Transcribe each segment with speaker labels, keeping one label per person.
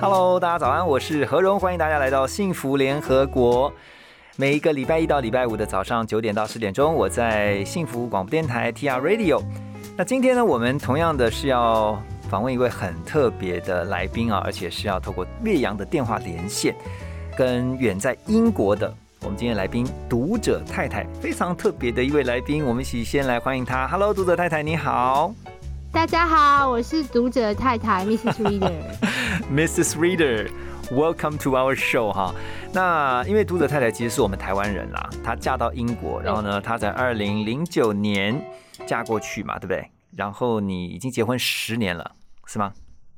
Speaker 1: Hello，大家早安，我是何荣，欢迎大家来到幸福联合国。每一个礼拜一到礼拜五的早上九点到十点钟，我在幸福广播电台 TR Radio。那今天呢，我们同样的是要访问一位很特别的来宾啊，而且是要透过岳阳的电话连线，跟远在英国的我们今天来宾读者太太，非常特别的一位来宾，我们一起先来欢迎她。Hello，读者太太，你好。
Speaker 2: 大家好，我是读者太太 Mrs. Reader。
Speaker 1: Mrs. Reader。Welcome to our show 哈，那因为读者太太其实是我们台湾人啦，她嫁到英国，然后呢，她在二零零九年嫁过去嘛，对不对？然后你已经结婚十年了，是吗？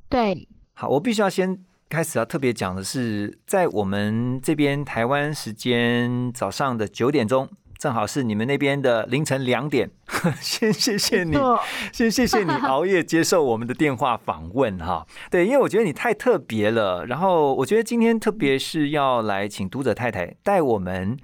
Speaker 2: 对，
Speaker 1: 好，我必须要先开始要特别讲的是，在我们这边台湾时间早上的九点钟，正好是你们那边的凌晨两点。 先谢谢你，
Speaker 2: 错
Speaker 1: 先 谢谢你熬夜接受我们的电话访问哈。对，因为我觉得你太特别了。然后我觉得今天特别是要来请读者太太带我们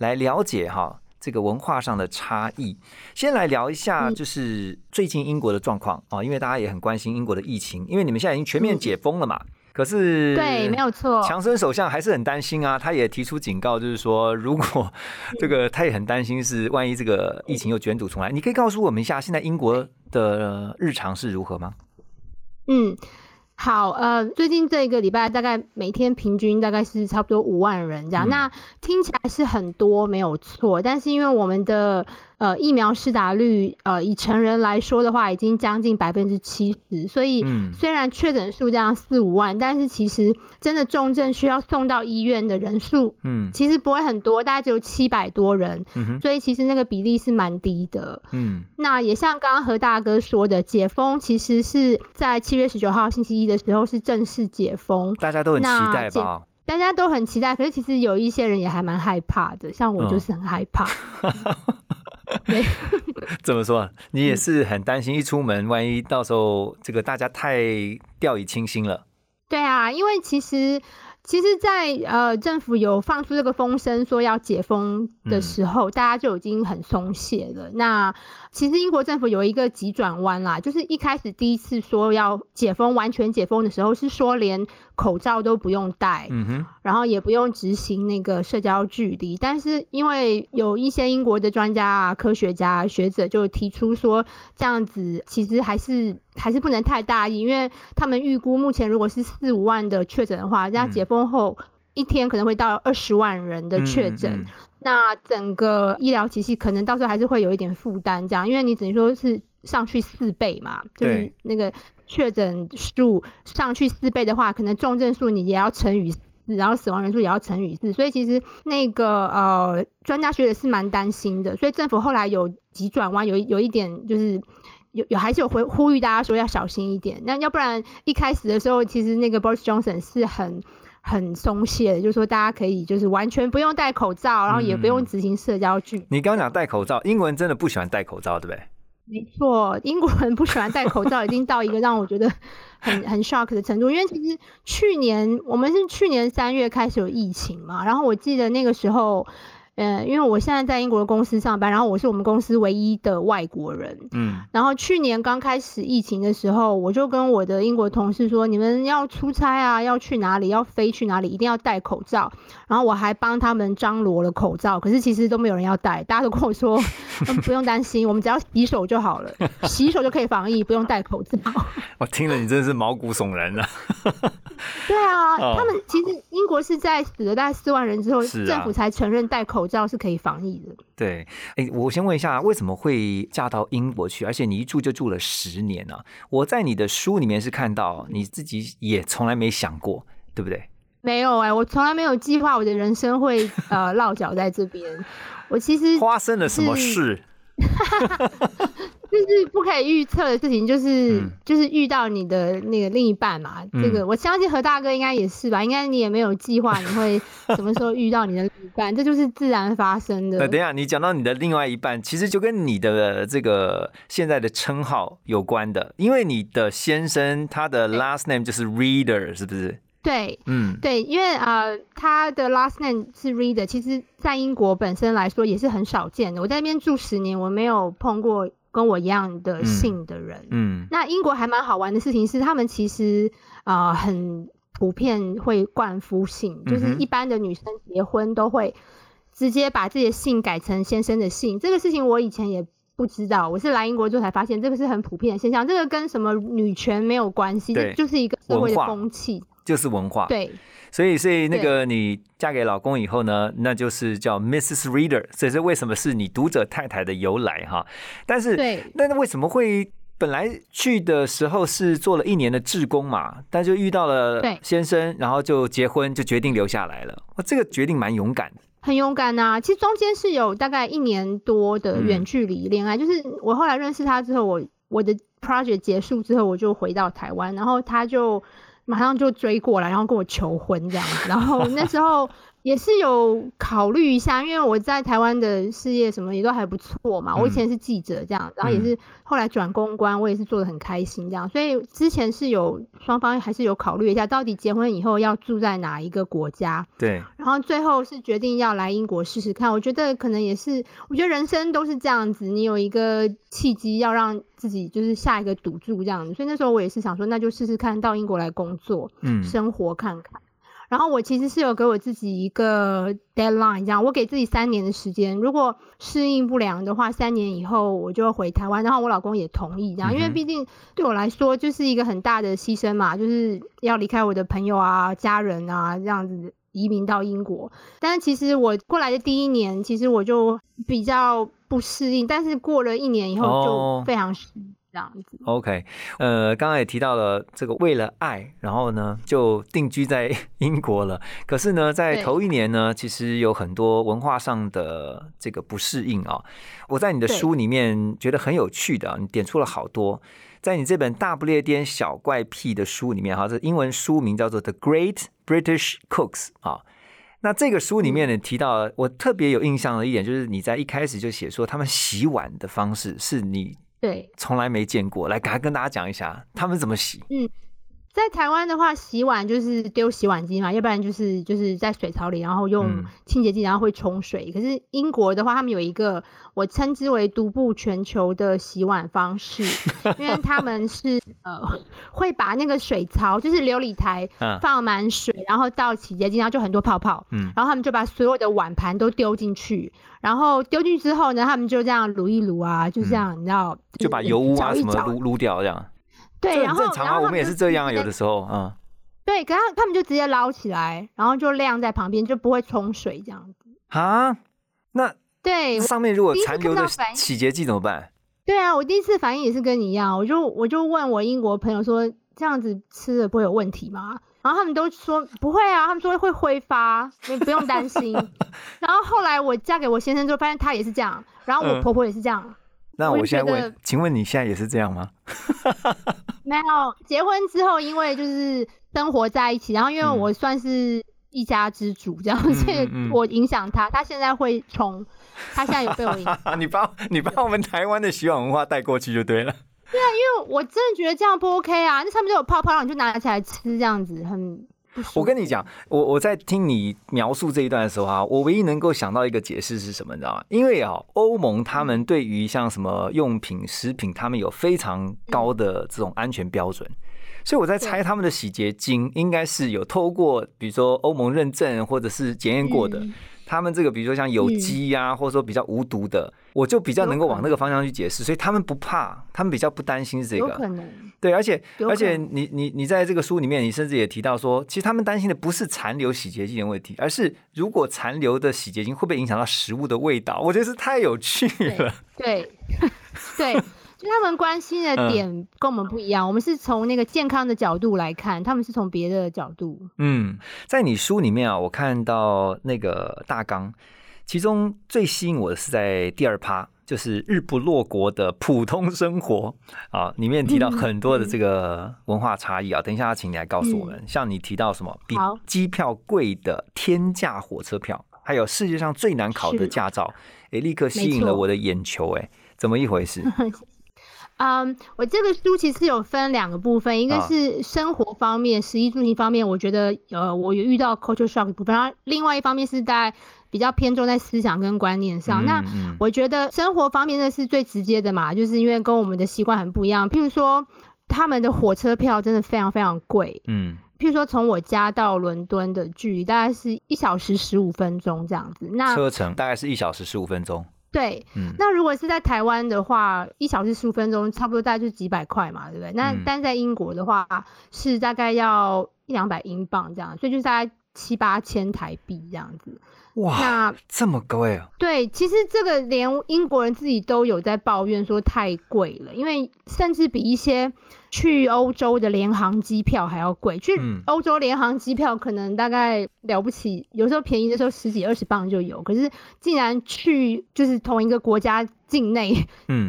Speaker 1: 来了解哈这个文化上的差异。先来聊一下
Speaker 2: 嗯
Speaker 1: 就是最近英国的状况啊，因为大家也很关心英国的疫情，因为你们现在已经全面解封了嘛。可是
Speaker 2: 嗯对，没有错。
Speaker 1: 强生首相还是很担心啊，他也提出警告，就是说，如果 这个他也很担心是万一这个疫情又卷土重来，你可以告诉我们一下，现在英国的日常是如何吗？
Speaker 2: 嗯，好，呃，最近这一个礼拜大概每天平均大概是差不多五万人这样，
Speaker 1: 嗯
Speaker 2: 那听起来是很多没有错，但是因为我们的呃疫苗施打率，呃以成人来说的话，已经将近百分之七十，所以
Speaker 1: 嗯
Speaker 2: 虽然确诊数这样四五万，但是其实真的重症需要送到医院的人数
Speaker 1: 嗯
Speaker 2: 其实不会很多，大概只有七百多人，
Speaker 1: 嗯哼
Speaker 2: 所以其实那个比例是蛮低的。
Speaker 1: 嗯
Speaker 2: 那也像刚刚何大哥说的，解封其实是在七月十九号星期一的时候是正式解封，
Speaker 1: 大家都很期
Speaker 2: 那
Speaker 1: 待
Speaker 2: 见
Speaker 1: 吧？
Speaker 2: 大家都很期待。可是其实有一些人也还蛮害怕的，像我就是很害怕。对，
Speaker 1: 怎么说？你也是很担心，一出门万一到时候这个大家太掉以轻心了。
Speaker 2: 对啊，因为其实其实在，呃政府有放出这个风声说要解封的时候，大家就已经很松懈了。那其实英国政府有一个急转弯啦，就是一开始第一次说要解封、完全解封的时候，是说连口罩都不用戴，
Speaker 1: 嗯哼，
Speaker 2: 然后也不用执行那个社交距离。但是因为有一些英国的专家啊、科学家啊、学者就提出说，这样子其实还是还是不能太大意，因为他们预估目前如果是四五万的确诊的话，那
Speaker 1: 嗯
Speaker 2: 解封后。一天可能会到二十万人的确
Speaker 1: 嗯
Speaker 2: 诊，
Speaker 1: 嗯
Speaker 2: 那整个医疗体系可能到时候还是会有一点负担，这样，因为你等于说是上去四倍嘛，就是
Speaker 1: 对
Speaker 2: 那个确诊数上去四倍的话，可能重症数你也要乘以四，然后死亡人数也要乘以四，所以其实那个呃专家学者是蛮担心的，所以政府后来有急转弯，有一有一点就是。有有还是有回呼吁大家说要小心一点，那要不然一开始的时候，其实那个 Boris Johnson 是很很松懈的，就是说大家可以就是完全不用戴口罩，然后也不用执行社交距离。
Speaker 1: 你刚刚讲戴口罩，英国人真的不喜欢戴口罩，对不对？
Speaker 2: 没错，英国人不喜欢戴口罩，已经到一个让我觉得很很 shock 的程度。因为其实去年我们是去年三月开始有疫情嘛，然后我记得那个时候，呃，因为我现在在英国的公司上班，然后我是我们公司唯一的外国人，
Speaker 1: 嗯
Speaker 2: 然后去年刚开始疫情的时候，我就跟我的英国同事说，你们要出差啊，要去哪里，要飞去哪里，一定要戴口罩。然后我还帮他们张罗了口罩，可是其实都没有人要戴，大家都跟我 说，嗯不用担心，我们只要洗手就好了，洗手就可以防疫，不用戴口罩。
Speaker 1: 我听了你真的是毛骨悚然啊！
Speaker 2: 对啊，
Speaker 1: 哦
Speaker 2: 他们其实英国是在死了大概四万人之后，
Speaker 1: 是啊
Speaker 2: 政府才承认戴口罩是可以防疫的。
Speaker 1: 对，哎，我先问一下，为什么会嫁到英国去？而且你一住就住了十年呢、啊？我在你的书里面是看到你自己也从来没想过，对不对？
Speaker 2: 没有哎、我从来没有计划我的人生会呃落脚在这边。我其实
Speaker 1: 发生了什么
Speaker 2: 嗯是
Speaker 1: 事？
Speaker 2: 就是不可以预测的事情，就是、
Speaker 1: 嗯
Speaker 2: 就是遇到你的那个另一半嘛。这个我相信何大哥应该也是吧，应该你也没有计划你会 什么时候遇到你的另一半，这就是自然发生的
Speaker 1: 那。等一下，你讲到你的另外一半，其实就跟你的这个现在的称号有关的，因为你的先生他的 last name 就是 Reader，是不是？
Speaker 2: 对
Speaker 1: 嗯，
Speaker 2: 对，因为呃，他的 last name 是 Reader，其实在英国本身来说也是很少见的。我在那边住十年，我没有碰过跟我一样的
Speaker 1: 嗯
Speaker 2: 姓的人。
Speaker 1: 嗯
Speaker 2: 那英国还蛮好玩的事情是，他们其实呃很普遍会冠夫姓，就
Speaker 1: 嗯
Speaker 2: 是
Speaker 1: 哼
Speaker 2: 一般的女生结婚都会直接把自己的姓改成先生的姓。这个事情我以前也不知道，我是来英国之后才发现这个是很普遍的现象。这个跟什么女权没有关系，
Speaker 1: 对
Speaker 2: 这就是一个社会
Speaker 1: 文
Speaker 2: 的
Speaker 1: 化
Speaker 2: 风气。
Speaker 1: 就是文化。，
Speaker 2: 对
Speaker 1: 所以所以那个你嫁给老公以后呢，那就是叫 Mrs. Reader，这是为什么是你读者太太的由来哈。但是
Speaker 2: 对，
Speaker 1: 那那为什么会本来去的时候是做了一年的志工嘛，但就遇到了
Speaker 2: 对
Speaker 1: 先生，然后就结婚，就决定留下来了。哇，这个决定蛮勇敢的。
Speaker 2: 很勇敢呐、其实中间是有大概一年多的远距离恋爱，就是我后来认识他之后，我我的 project 结束之后，我就回到台湾，然后他就马上就追过来，然后跟我求婚这样子。然后那时候也是有考虑一下，因为我在台湾的事业什么也都还不错嘛，我以前是记者这样，然后也是后来转公关，我也是做的很开心这样，所以之前是有双方还是有考虑一下，到底结婚以后要住在哪一个国家。
Speaker 1: 对，
Speaker 2: 然后最后是决定要来英国试试看。我觉得可能也是，我觉得人生都是这样子，你有一个契机要让自己就是下一个赌注这样子。所以那时候我也是想说，那就试试看到英国来工作、
Speaker 1: 嗯
Speaker 2: 生活看看。然后我其实是有给我自己一个 deadline，这样我给自己三年的时间，如果适应不良的话，三年以后我就回台湾。然后我老公也同意这样，因为
Speaker 1: 嗯哼
Speaker 2: 毕竟对我来说就是一个很大的牺牲嘛，就是要离开我的朋友啊、家人啊这样子移民到英国。但是其实我过来的第一年，其实我就比较不适应，但是过了一年以后
Speaker 1: 哦
Speaker 2: 就非常适应这样子。
Speaker 1: OK，呃，刚刚也提到了这个为了爱，然后呢就定居在英国了。 可是呢，在
Speaker 2: 对
Speaker 1: 头一年呢，其实有很多文化上的这个不适应啊、我在你的
Speaker 2: 对
Speaker 1: 书里面觉得很有趣的啊、你点出了好多。在你这本《大不列颠小怪癖》的书里面哈，这英文书名叫做《The Great British Cooks》啊。那这个书里
Speaker 2: 嗯
Speaker 1: 面呢提到，我特别有印象的一点就是你在一开始就写说，他们洗碗的方式是你
Speaker 2: 对，
Speaker 1: 从来没见过，来，赶快跟大家讲一下他们怎么洗。
Speaker 2: 在台湾的话，洗碗就是丢洗碗机嘛，要不然就是就是在水槽里，然后
Speaker 1: 嗯
Speaker 2: 用清洁剂，然后会冲水。可是英国的话，他们有一个我称之为独步全球的洗碗方式，因为他 们是呃会把那个水槽，就是琉璃台
Speaker 1: 嗯
Speaker 2: 放满水，然后倒清洁剂，然后就很多泡泡，
Speaker 1: 嗯
Speaker 2: 然后他们就把所有的碗盘都丢进去，然后丢进去之后呢，他们就这样撸一撸啊，就这样，你知道，
Speaker 1: 嗯就把油污啊
Speaker 2: 搅一
Speaker 1: 什么
Speaker 2: 搅
Speaker 1: 撸撸掉，这样。
Speaker 2: 对，
Speaker 1: 这
Speaker 2: 然
Speaker 1: 很
Speaker 2: 后
Speaker 1: 正常
Speaker 2: 然
Speaker 1: 啊，
Speaker 2: 后
Speaker 1: 我
Speaker 2: 他
Speaker 1: 们也
Speaker 2: 就是
Speaker 1: 这样啊，
Speaker 2: 直接
Speaker 1: 有的时候，嗯，
Speaker 2: 对，可他他们就直接捞起来，然后就晾在旁边，就不会冲水这样子。
Speaker 1: 啊，那
Speaker 2: 对，我
Speaker 1: 上面如果
Speaker 2: 第一次
Speaker 1: 残留
Speaker 2: 看
Speaker 1: 的
Speaker 2: 到反应
Speaker 1: 洗洁剂怎么办？
Speaker 2: 对啊，我第一次反应也是跟你一样，我就我就问我英国朋友说，这样子吃了不会有问题吗？然后他们都说不会啊，他们说会挥发，你不用担 心。然后后来我嫁给我先生之后，发现他也是这样，然后我
Speaker 1: 嗯
Speaker 2: 婆婆也是这样。
Speaker 1: 那
Speaker 2: 我就
Speaker 1: 我现在
Speaker 2: 觉
Speaker 1: 问
Speaker 2: 得，
Speaker 1: 请问你现在也是这样吗？
Speaker 2: 没有结婚之后，因为就是生活在一起，然后因为
Speaker 1: 嗯
Speaker 2: 我算是一家之主这样，
Speaker 1: 嗯
Speaker 2: 所以
Speaker 1: 嗯嗯
Speaker 2: 我影响他，他现在会冲，他现在有被我影响。
Speaker 1: 你把你把我们台湾的洗碗文化带过去就对了。
Speaker 2: 因为我真的觉得这样不 OK 啊，那上面就有泡泡，然后你就拿起来吃，这样子很不舒服。
Speaker 1: 我跟你讲，我我在听你描述这一段的时候啊，我唯一能够想到一个解释是什么，你知道吗？因为啊，欧盟他们对于像什么用品、食品，他们有非常
Speaker 2: 嗯
Speaker 1: 高的这种安全标准，所以我在猜他们的洗洁精应该是有透过，比如说欧盟认证或者是检验过的。
Speaker 2: 嗯
Speaker 1: 他们这个比如说像有机呀、或者说比较无毒的，我就比较能够往那个方向去解释，所以他们不怕，他们比较不担心这
Speaker 2: 有
Speaker 1: 个。
Speaker 2: 可能，
Speaker 1: 对，而且
Speaker 2: 嗯有
Speaker 1: 而
Speaker 2: 可
Speaker 1: 且
Speaker 2: 能
Speaker 1: 你你你在这个书里面，你甚至也提到说，其实他们担心的不是残留洗洁精的问题，而是如果残留的洗洁精会不会影响到食物的味道？我觉得是太有趣了。
Speaker 2: 对对，就他们关心的
Speaker 1: 嗯
Speaker 2: 点跟我们不一样，我们是从那个健康的角度来看，他们是从别的角度。
Speaker 1: 嗯，在你书里面啊，我看到那个大纲，其中最吸引我的是在第二趴，就是日不落国的普通生活啊，里面
Speaker 2: 嗯
Speaker 1: 提到很多的这个文化差异啊。等一下，请你来告诉我们，像你提到什么比
Speaker 2: 嗯好
Speaker 1: 机票贵的天价火车票，还有世界上最难考的
Speaker 2: 是
Speaker 1: 驾照，诶，立刻吸引
Speaker 2: 没
Speaker 1: 了
Speaker 2: 错
Speaker 1: 我的眼球，诶，怎么一 回事？
Speaker 2: 嗯，我这个书其实有分两个部分，一个
Speaker 1: 啊
Speaker 2: 是生活方面、食衣住行方面，我觉得呃，我有遇到 culture shock 的部分，然后另外一方面是在比较偏重在思想跟观念上。那
Speaker 1: 嗯
Speaker 2: 我觉得生活方面那是最直接的嘛，就是因为跟我们的习惯很不一样。譬如说，他们的火车票真的非常非常贵，
Speaker 1: 嗯
Speaker 2: 譬如说从我家到伦敦的距离大概是一小时十五分钟这样子。
Speaker 1: 嗯，
Speaker 2: 那
Speaker 1: 车程大概是一小时十五分钟，
Speaker 2: 对，
Speaker 1: 嗯
Speaker 2: 那如果是在台湾的话，一小时十五分钟，差不多大概就几百块嘛，对不对？那
Speaker 1: 嗯
Speaker 2: 但在英国的话，是大概要一两百英镑这样，所以就是大概七八千台币这样子。
Speaker 1: 哇，
Speaker 2: 那
Speaker 1: 这么贵啊！
Speaker 2: 对，其实这个连英国人自己都有在抱怨说太贵了，因为甚至比一些去欧洲的联航机票还要贵。去
Speaker 1: 嗯
Speaker 2: 欧洲联航机票可能大概了不起，有时候便宜的时候十几二十磅就有，可是竟然去就是同一个国家境内，
Speaker 1: 嗯，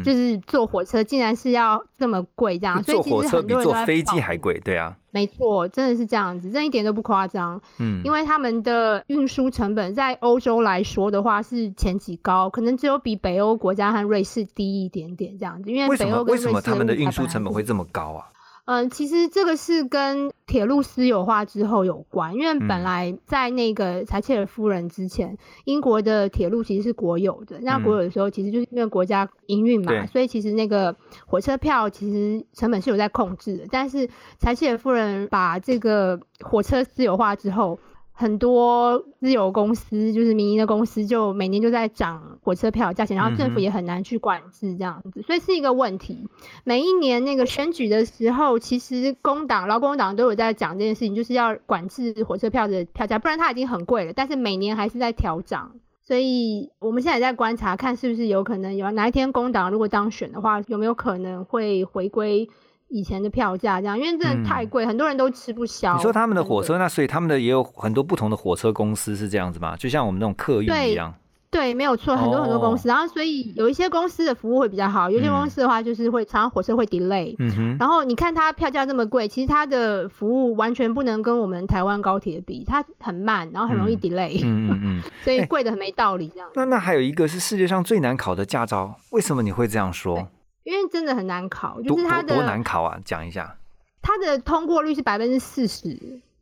Speaker 2: 就是坐火车竟然是要这么贵这样，所以
Speaker 1: 坐
Speaker 2: 其
Speaker 1: 火
Speaker 2: 实
Speaker 1: 车
Speaker 2: 很
Speaker 1: 比
Speaker 2: 多人都
Speaker 1: 坐
Speaker 2: 在
Speaker 1: 飞机
Speaker 2: 抱
Speaker 1: 还
Speaker 2: 怨。
Speaker 1: 贵，对啊，
Speaker 2: 没错，真的是这样子，这一点都不夸张。
Speaker 1: 嗯，
Speaker 2: 因
Speaker 1: 为
Speaker 2: 为他们的运输成本在欧洲来说的话是前几高，可能只有比北欧国家和瑞士低一点点这样子。因
Speaker 1: 为什
Speaker 2: 北
Speaker 1: 么
Speaker 2: 欧
Speaker 1: 为
Speaker 2: 跟
Speaker 1: 什
Speaker 2: 瑞
Speaker 1: 么
Speaker 2: 士
Speaker 1: 他们的
Speaker 2: 物价
Speaker 1: 运输
Speaker 2: 本来
Speaker 1: 成本
Speaker 2: 就
Speaker 1: 会这么高啊？
Speaker 2: 嗯，其实这个是跟铁路私有化之后有关，因为
Speaker 1: 嗯
Speaker 2: 本来在那个柴切尔夫人之前，英国的铁路其实是国有的。那
Speaker 1: 嗯
Speaker 2: 国有的时候，其实就是因为国家营运
Speaker 1: 对
Speaker 2: 嘛，所以其实那个火车票其实成本是有在控制的。但是柴切尔夫人把这个火车私有化之后，很多私有公司，就是民营的公司，就每年就在涨火车票价钱，然后政
Speaker 1: 嗯哼
Speaker 2: 府也很难去管制这样子，所以是一个问题。每一年那个选举的时候，其实工党、劳工党都有在讲这件事情，就是要管制火车票的票价，不然它已经很贵了，但是每年还是在调涨。所以我们现在也在观察，看是不是有可能有哪一天工党如果当选的话，有没有可能会回归以前的票价这样？因为真
Speaker 1: 嗯
Speaker 2: 的太贵，很多人都吃不消。
Speaker 1: 你说他们的
Speaker 2: 哦真
Speaker 1: 火车，那所以他们的也有很多不同的火车公司是这样子吗？就像我们那种客运
Speaker 2: 对
Speaker 1: 一样，
Speaker 2: 对，没有错，很多很多公司，然后所以有一些公司的服务会比较好，有些
Speaker 1: 哦嗯
Speaker 2: 公司的话就是会常常火车会 delay，、
Speaker 1: 嗯哼，
Speaker 2: 然后你看它票价这么贵，其实它的服务完全不能跟我们台湾高铁比，它很慢，然后很容易
Speaker 1: 嗯
Speaker 2: delay，、
Speaker 1: 嗯嗯嗯。
Speaker 2: 所以贵的很没道理这样。
Speaker 1: 那那还有一个是世界上最难考的驾照，为什么你会这样说？
Speaker 2: 因为真的很难考，就
Speaker 1: 多
Speaker 2: 是它
Speaker 1: 多多
Speaker 2: 的
Speaker 1: 难考啊！讲一下
Speaker 2: 它的通过率是百分之四十，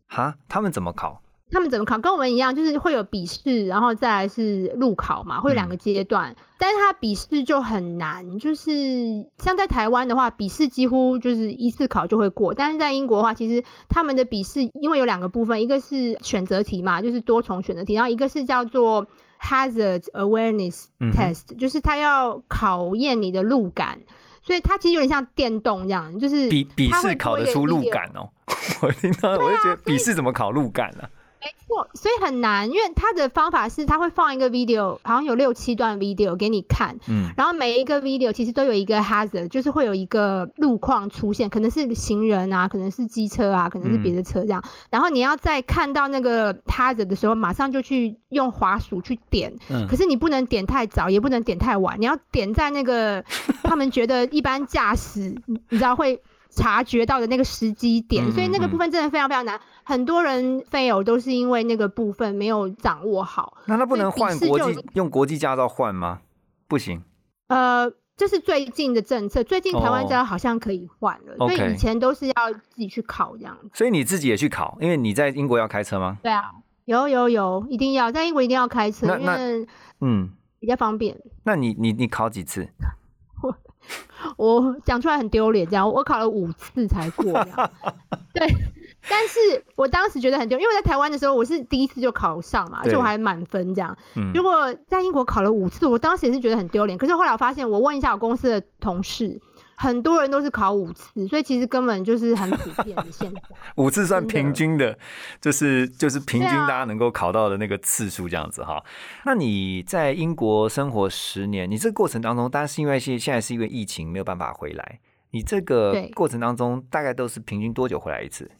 Speaker 1: 哈，他们怎么考？
Speaker 2: 他们怎么考？跟我们一样，就是会有笔试，然后再来是路考嘛，会有两
Speaker 1: 嗯
Speaker 2: 个阶段。但是它笔试就很难，就是像在台湾的话，笔试几乎就是一次考就会过。但是在英国的话，其实他们的笔试因为有两个部分，一个是选择题嘛，就是多重选择题，然后一个是叫做 hazard awareness
Speaker 1: 嗯哼
Speaker 2: test，、就是它要考验你的路感。所以它其实有点像电动这样，就是
Speaker 1: 笔笔
Speaker 2: 它
Speaker 1: 试
Speaker 2: 会
Speaker 1: 考
Speaker 2: 多一个
Speaker 1: 得
Speaker 2: 啊
Speaker 1: 出路
Speaker 2: video
Speaker 1: 感哦， 我听到我就觉得笔试怎么考路感啊？
Speaker 2: 错，所以很难，因为他的方法是他会放一个 video，好像有六七段 video 给你看，
Speaker 1: 嗯
Speaker 2: 然后每一个 video 其实都有一个 hazard，就是会有一个路况出现，可能是行人啊，可能是机车啊，可能是别
Speaker 1: 嗯
Speaker 2: 的车这样。然后你要在看到那个 hazard 的时候，马上就去用滑鼠去点，
Speaker 1: 嗯
Speaker 2: 可是你不能点太早，也不能点太晚，你要点在那 个他们觉得一般驾驶，你你知道会察觉到的那个时机点，
Speaker 1: 嗯
Speaker 2: 所以那个部分真的非常非常难。很多人 fail 都是因为那个部分没有掌握好，
Speaker 1: 那他不能换
Speaker 2: 所以笔试
Speaker 1: 国
Speaker 2: 就
Speaker 1: 际用国际驾照换吗？不行，
Speaker 2: 呃。这是最近的政策，最近台湾
Speaker 1: 哦
Speaker 2: 驾照好像可以换了，所
Speaker 1: OK
Speaker 2: 以以前都是要自己去考这样子。
Speaker 1: 所以你自己也去考，因为你在英国要开车吗？
Speaker 2: 对啊，有有有，一定要在英国一定要开车
Speaker 1: 那，
Speaker 2: 因
Speaker 1: 那
Speaker 2: 为
Speaker 1: 嗯，
Speaker 2: 比较方便。
Speaker 1: 那你你你考几次？
Speaker 2: 我讲出来很丢脸，这样我考了五次才过这 样。对，但是我当时觉得很丢，因为我在台湾的时候我是第一次就考上嘛，而且
Speaker 1: 对
Speaker 2: 我还满分这样。
Speaker 1: 嗯
Speaker 2: 如果在英国考了五次，我当时也是觉得很丢脸。可是后来我发现，我问一下我公司的同事，很多人都是考五次，所以其实根本就是很普遍的现象。
Speaker 1: 五次算
Speaker 2: 真的
Speaker 1: 平均的，就是就是平
Speaker 2: 对
Speaker 1: 均
Speaker 2: 啊
Speaker 1: 大家能够考到的那个次数这样子哈。那你在英国生活十年，你这个过程当中，当然是因为现现在是因为疫情没有办法回来，你这个
Speaker 2: 对
Speaker 1: 过程当中大概都是平均多久回来一次？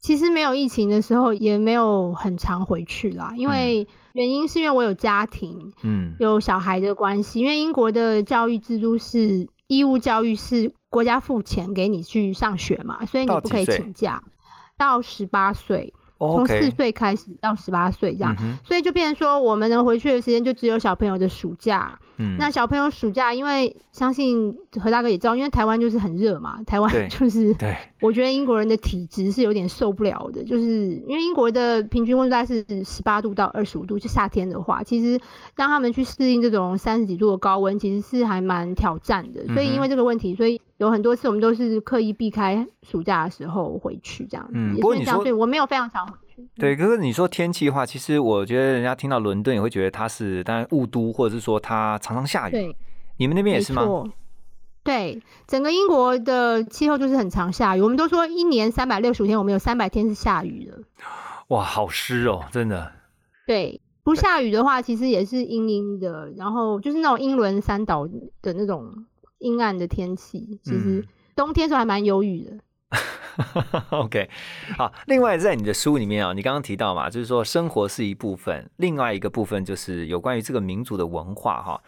Speaker 2: 其实没有疫情的时候，也没有很常回去啦，因为原因是因为我有家庭，
Speaker 1: 嗯
Speaker 2: 有小孩的关系。因为英国的教育制度是义务教育，是国家付钱给你去上学嘛，所以你
Speaker 1: 到
Speaker 2: 不
Speaker 1: 几
Speaker 2: 可以
Speaker 1: 岁
Speaker 2: 请假。到十八岁，从四
Speaker 1: ，OK，
Speaker 2: 岁开始到十八岁这样
Speaker 1: 嗯，哼，
Speaker 2: 所以就变成说，我们能回去的时间就只有小朋友的暑假。
Speaker 1: 嗯，
Speaker 2: 那小朋友暑假，因为相信何大哥也知道，因为台湾就是很热嘛，台
Speaker 1: 对
Speaker 2: 湾就是
Speaker 1: 对，
Speaker 2: 我觉得英国人的体质是有点受不了的，就是因为英国的平均温度大概是十八度到二十五度，就夏天的话，其实让他们去适应这种三十几度的高温，其实是还蛮挑战的。所以
Speaker 1: 嗯
Speaker 2: 因为这个问题，所以有很多次我们都是刻意避开暑假的时候回去这样子。
Speaker 1: 嗯
Speaker 2: 也
Speaker 1: 不过
Speaker 2: 是
Speaker 1: 你
Speaker 2: 这样
Speaker 1: 说
Speaker 2: 对我没有非常常回去。
Speaker 1: 对，可是你说天气的话，其实我觉得人家听到伦敦也会觉得它是，当然雾都，或者是说它常常下雨。
Speaker 2: 对，
Speaker 1: 哎你们那边也
Speaker 2: 没
Speaker 1: 是吗？
Speaker 2: 错。对，整个英国的气候就是很常下雨。我们都说一年三百六十五天，我们有三百天是下雨的。
Speaker 1: 哇，好湿哦，真的。
Speaker 2: 对，不下雨的话，其实也是阴阴的，然后就是那种英伦三岛的那种阴暗的天气，其实
Speaker 1: 嗯
Speaker 2: 冬天的时候还蛮忧郁的。
Speaker 1: OK，好。另外，在你的书里面啊，你刚刚提到嘛，就是说生活是一部分，另外一个部分就是有关于这个民族的文化哈，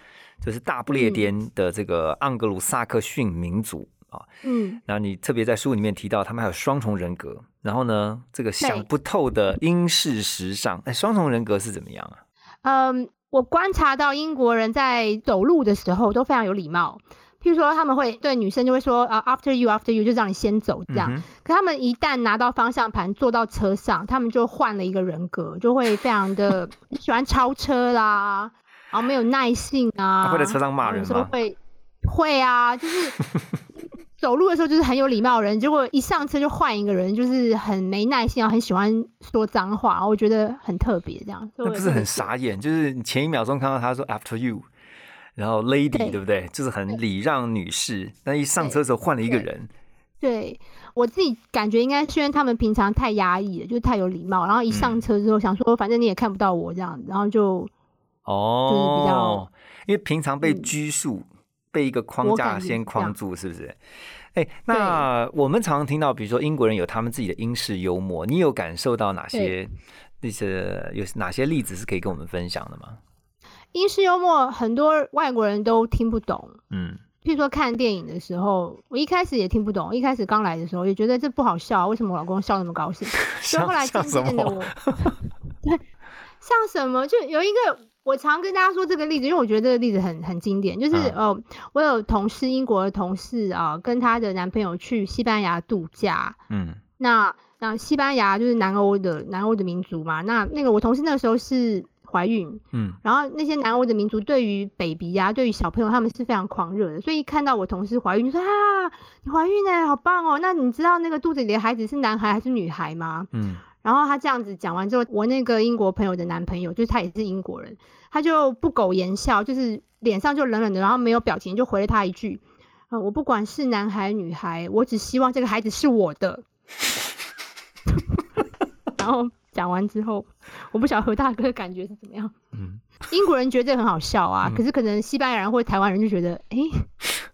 Speaker 1: 就是大不列颠的这个盎格鲁撒克逊民族啊。
Speaker 2: 嗯，
Speaker 1: 然后你特别在书里面提到，他们还有双重人格，然后呢，这个想
Speaker 2: 对
Speaker 1: 不透的英式时尚。哎，双重人格是怎么样啊？
Speaker 2: 嗯，我观察到英国人在走路的时候都非常有礼貌。譬如说，他们会对女生就会说啊、a f t e r you, after you，就让你先走这
Speaker 1: 嗯
Speaker 2: 样。
Speaker 1: 哼
Speaker 2: 可他们一旦拿到方向盘，坐到车上，他们就换了一个人格，就会非常 的喜欢超车啦，然后没有耐性啊。
Speaker 1: 他会在车上骂人
Speaker 2: 有时候
Speaker 1: 吗
Speaker 2: 会会啊，就是 走路的时候就是很有礼貌的人，结果一上车就换一个人，就是很没耐性，然后很喜欢说脏话，然后我觉得很特别这样。所以
Speaker 1: 那
Speaker 2: 我
Speaker 1: 不
Speaker 2: 有
Speaker 1: 是
Speaker 2: 这
Speaker 1: 很
Speaker 2: 个
Speaker 1: 傻眼？就是你前一秒钟看到他说 after you，然后 lady 对
Speaker 2: 对
Speaker 1: 不对？就是很礼让女士，但一上车的时候换了一个
Speaker 2: 对
Speaker 1: 人。
Speaker 2: 对我自己感觉应该是因为他们平常太压抑了，就是太有礼貌，然后一
Speaker 1: 嗯
Speaker 2: 上车之后想说反正你也看不到我这样，然后就就是比较
Speaker 1: 哦，因为平常被
Speaker 2: 嗯
Speaker 1: 拘束，被一个框
Speaker 2: 我
Speaker 1: 架
Speaker 2: 感觉
Speaker 1: 先
Speaker 2: 是这
Speaker 1: 框
Speaker 2: 样
Speaker 1: 住，是不是？哎，那我们常常听到，比如说英国人有他们自己的英式幽默，你有感受到哪些那些有哪些例子是可以跟我们分享的吗？
Speaker 2: 英式幽默很多外国人都听不懂。
Speaker 1: 嗯，
Speaker 2: 譬如说看电影的时候，我一开始也听不懂，一开始刚来的时候也觉得这不好笑啊，为什么我老公笑那么高兴？所以
Speaker 1: 像
Speaker 2: 后来渐
Speaker 1: 像什
Speaker 2: 渐的我，
Speaker 1: 么？
Speaker 2: 对，像什么就有一个我常跟大家说这个例子，因为我觉得这个例子很很经典，就是、
Speaker 1: 嗯
Speaker 2: 呃，我有同事英国的同事啊、跟她的男朋友去西班牙度假，
Speaker 1: 嗯
Speaker 2: 那那西班牙就是南欧的南欧的民族嘛，那那个我同事那个时候是怀孕，
Speaker 1: 嗯
Speaker 2: 然后那些南欧的民族对于 baby 呀、对于小朋友，他们是非常狂热的。所以一看到我同事怀孕，就说啊，你怀孕了，好棒哦！那你知道那个肚子里的孩子是男孩还是女孩吗？
Speaker 1: 嗯，
Speaker 2: 然后他这样子讲完之后，我那个英国朋友的男朋友，就是他也是英国人，他就不苟言笑，就是脸上就冷冷的，然后没有表情，就回了他一句：“呃，我不管是男孩女孩，我只希望这个孩子是我的。” 然后讲完之后，我不晓得何大哥感觉是怎么样。
Speaker 1: 嗯，
Speaker 2: 英国人觉得这个很好笑啊，
Speaker 1: 嗯
Speaker 2: 可是可能西班牙人或台湾人就觉得，哎、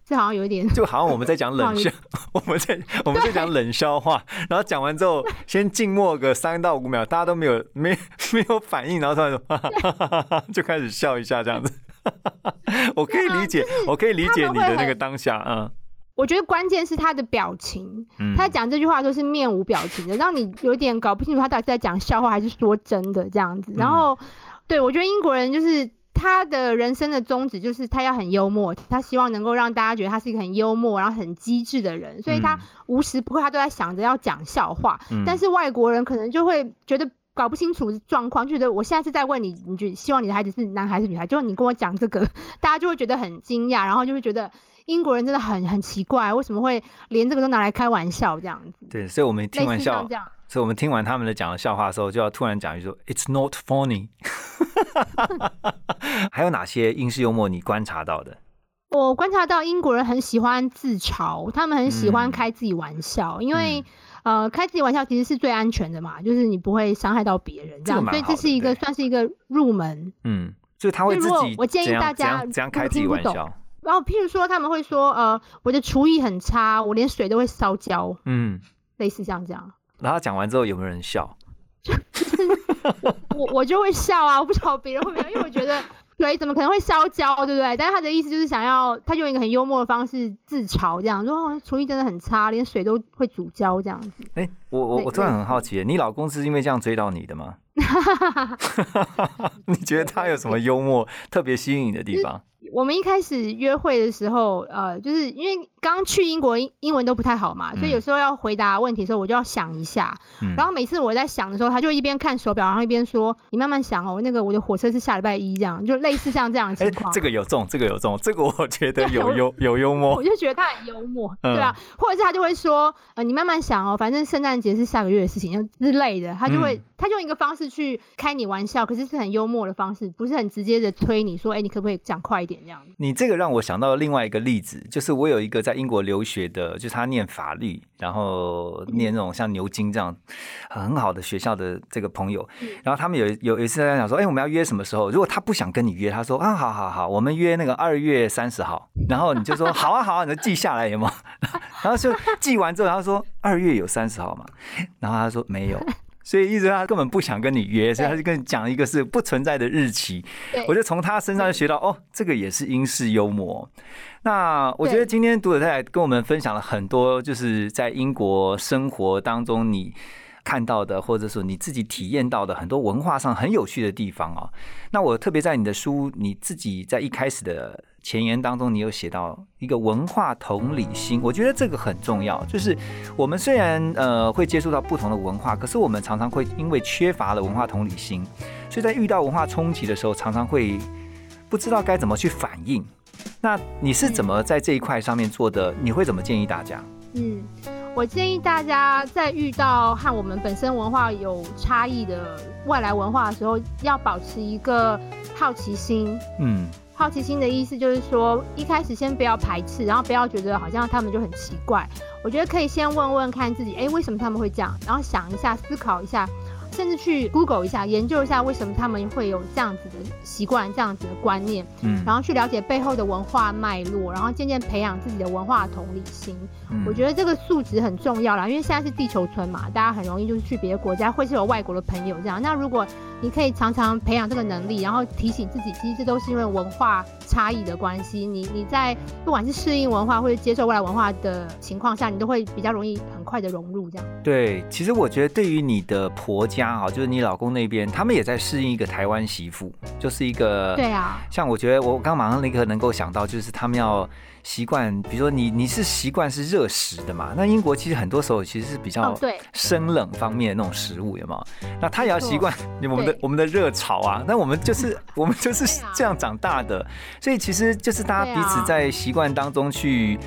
Speaker 2: 这好像有一点
Speaker 1: 就好像我们在讲冷笑， 我们在我们在讲冷笑话，然后讲完之后先静默个三到五秒，大家都没有 没没有反应，然后突然说 哈哈哈哈哈哈，就开始笑一下这样子。 我可以理解，我可以理解
Speaker 2: 啊他们
Speaker 1: 你
Speaker 2: 会
Speaker 1: 的那个
Speaker 2: 很
Speaker 1: 当下，嗯
Speaker 2: 我觉得关键是他的表情，
Speaker 1: 嗯，
Speaker 2: 他讲这句话都是面无表情的，让你有点搞不清楚他到底是在讲笑话还是说真的这样
Speaker 1: 嗯
Speaker 2: 子。然后，对我觉得英国人就是他的人生的宗旨就是他要很幽默，他希望能够让大家觉得他是一个很幽默然后很机智的人，所以他
Speaker 1: 嗯
Speaker 2: 无时不刻他都在想着要讲笑话。
Speaker 1: 嗯
Speaker 2: 但是外国人可能就会觉得搞不清楚状况，就觉得我现在是在问你，你觉希望你的孩子是男孩还是女孩？就你跟我讲这个，大家就会觉得很惊讶，然后就会觉得英国人真的很很奇怪，为什么会连这个都拿来开玩笑这样子？
Speaker 1: 对，所以我们听
Speaker 2: 类
Speaker 1: 完
Speaker 2: 似像
Speaker 1: 笑
Speaker 2: 这，样，
Speaker 1: 所以我们听完他们的讲的笑话的时候，就要突然讲一句说 “It's not funny”。还有哪些英式幽默你观察到的？
Speaker 2: 我观察到英国人很喜欢自嘲，他们很喜
Speaker 1: 嗯
Speaker 2: 欢开自己玩笑，因为、呃，开自己玩笑其实是最安全的嘛，就是你不会伤害到别人
Speaker 1: 这
Speaker 2: 这
Speaker 1: 个
Speaker 2: 样，
Speaker 1: 蛮
Speaker 2: 所以
Speaker 1: 好
Speaker 2: 这
Speaker 1: 的
Speaker 2: 是一个
Speaker 1: 对
Speaker 2: 算是一个入门。
Speaker 1: 嗯，就是他会
Speaker 2: 那
Speaker 1: 自
Speaker 2: 如果
Speaker 1: 己
Speaker 2: 我建议
Speaker 1: 怎样
Speaker 2: 大
Speaker 1: 怎
Speaker 2: 家
Speaker 1: 样怎样
Speaker 2: 如果
Speaker 1: 开自己
Speaker 2: 听不
Speaker 1: 玩
Speaker 2: 懂
Speaker 1: 笑，
Speaker 2: 然后譬如说他们会说，呃，我的厨艺很差，我连水都会烧焦，
Speaker 1: 嗯，
Speaker 2: 类似像这样。
Speaker 1: 然后讲完之后有没有人笑？
Speaker 2: 我我就会笑啊，我不知道别人会不会，因为我觉得水怎么可能会烧焦，对不对？但是他的意思就是想要他用一个很幽默的方式自嘲，这样说哦厨艺真的很差，连水都会煮焦这样子。
Speaker 1: 哎、我我
Speaker 2: 对
Speaker 1: 我突然很好奇耶，你老公是因为这样追到你的 吗？你觉得他有什么幽默特别吸引你的地方？
Speaker 2: 我们一开始约会的时候，呃，就是因为刚去英国英英文都不太好嘛，所以有时候要回答问题的时候，我就要想一下。
Speaker 1: 嗯
Speaker 2: 然后每次我在想的时候，他就一边看手表，然后一边说：“你慢慢想哦，那个我的火车是下礼拜一这样。”就类似像这样的
Speaker 1: 哎、
Speaker 2: 情 况。
Speaker 1: 这个有中，这个有中，这个我觉得有
Speaker 2: 有
Speaker 1: 幽有幽默
Speaker 2: 我，就觉得他很幽默，
Speaker 1: 嗯
Speaker 2: 对啊，或者是他就会说，呃，你慢慢想哦，反正圣诞节是下个月的事情，之类的，他就会、
Speaker 1: 嗯
Speaker 2: 他用一个方式去开你玩笑，可是是很幽默的方式，不是很直接的推你说，哎、你可不可以讲快一点这样子？
Speaker 1: 你这个让我想到另外一个例子，就是我有一个在英国留学的，就是他念法律，然后念那种像牛津这样很好的学校的这个朋友，然后他们有有有一次在讲说，哎、我们要约什么时候？如果他不想跟你约，他说啊，好好好，我们约那个二月三十号，然后你就说好啊好啊，你就记下来有 吗？然后就记完之后，他说二月有三十号吗？然后他说没有。所以意思是他根本不想跟你约，所以他就跟你讲一个是不存在的日期。
Speaker 2: 对
Speaker 1: 我就从他身上就学到哦，这个也是英式幽默。那我觉得
Speaker 2: 对
Speaker 1: 今天读者太太跟我们分享了很多，就是在英国生活当中你看到的，或者说你自己体验到的很多文化上很有趣的地方哦。那我特别在你的书，你自己在一开始的前言当中，你有写到一个文化同理心，我觉得这个很重要。就是我们虽然呃会接触到不同的文化，可是我们常常会因为缺乏了文化同理心，所以在遇到文化冲击的时候，常常会不知道该怎么去反应。那你是怎么在这一块上面做的？你会怎么建议大家？
Speaker 2: 嗯，我建议大家在遇到和我们本身文化有差异的外来文化的时候，要保持一个好奇心，
Speaker 1: 嗯
Speaker 2: 好奇心的意思就是说，一开始先不要排斥，然后不要觉得好像他们就很奇怪。我觉得可以先问问看自己，诶，为什么他们会这样？然后想一下，思考一下，甚至去 Google 一下，研究一下为什么他们会有这样子的习惯、这样子的观念，
Speaker 1: 嗯
Speaker 2: 然后去了解背后的文化脉络，然后渐渐培养自己的文化同理心。
Speaker 1: 嗯
Speaker 2: 我觉得这个素质很重要啦，因为现在是地球村嘛，大家很容易就是去别的国家，或是有外国的朋友这样。那如果你可以常常培养这个能力，然后提醒自己，其实这都是因为文化差异的关系。你你在不管是适应文化或者接受外来文化的情况下，你都会比较容易很快的融入这样。
Speaker 1: 对，其实我觉得对于你的婆家啊，就是你老公那边，他们也在适应一个台湾媳妇，就是一个
Speaker 2: 对啊，
Speaker 1: 像我觉得我刚马上立刻能够想到，就是他们要习惯，比如说你你是习惯是热食的嘛，那英国其实很多时候其实是比较
Speaker 2: 哦对
Speaker 1: 生冷方面的那种食物，有没有？那他也要习惯 我们的
Speaker 2: 对
Speaker 1: 我们的热炒啊，那我们就是 我们就是
Speaker 2: 对啊
Speaker 1: 这样长大的，所以其实就是大
Speaker 2: 对
Speaker 1: 家彼
Speaker 2: 啊
Speaker 1: 此在习惯当中去。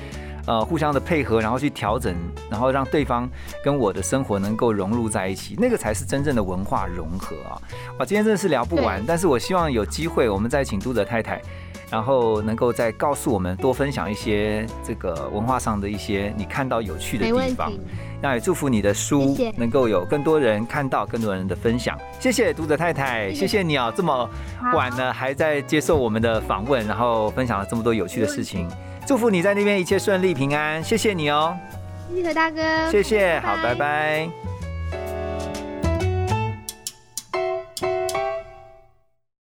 Speaker 1: 呃，互相的配合，然后去调整，然后让对方跟我的生活能够融入在一起，那个才是真正的文化融合啊！哇，今天真的是聊不完
Speaker 2: 对，
Speaker 1: 但是我希望有机会，我们再请读者太太，然后能够再告诉我们多分享一些这个文化上的一些你看到有趣的
Speaker 2: 没问
Speaker 1: 地方
Speaker 2: 题。。
Speaker 1: 那也祝福你的书
Speaker 2: 谢谢
Speaker 1: 能够有更多人看到，更多人的分享。谢谢读者太太，
Speaker 2: 谢谢
Speaker 1: 谢谢你啊，这么晚了还在接受我们的访问，然后分享了这么多有趣的事情。祝福你在那边一切顺利平安，谢谢你哦，
Speaker 2: 谢谢大哥，
Speaker 1: 谢
Speaker 2: 拜
Speaker 1: 谢，
Speaker 2: 拜
Speaker 1: 好，拜拜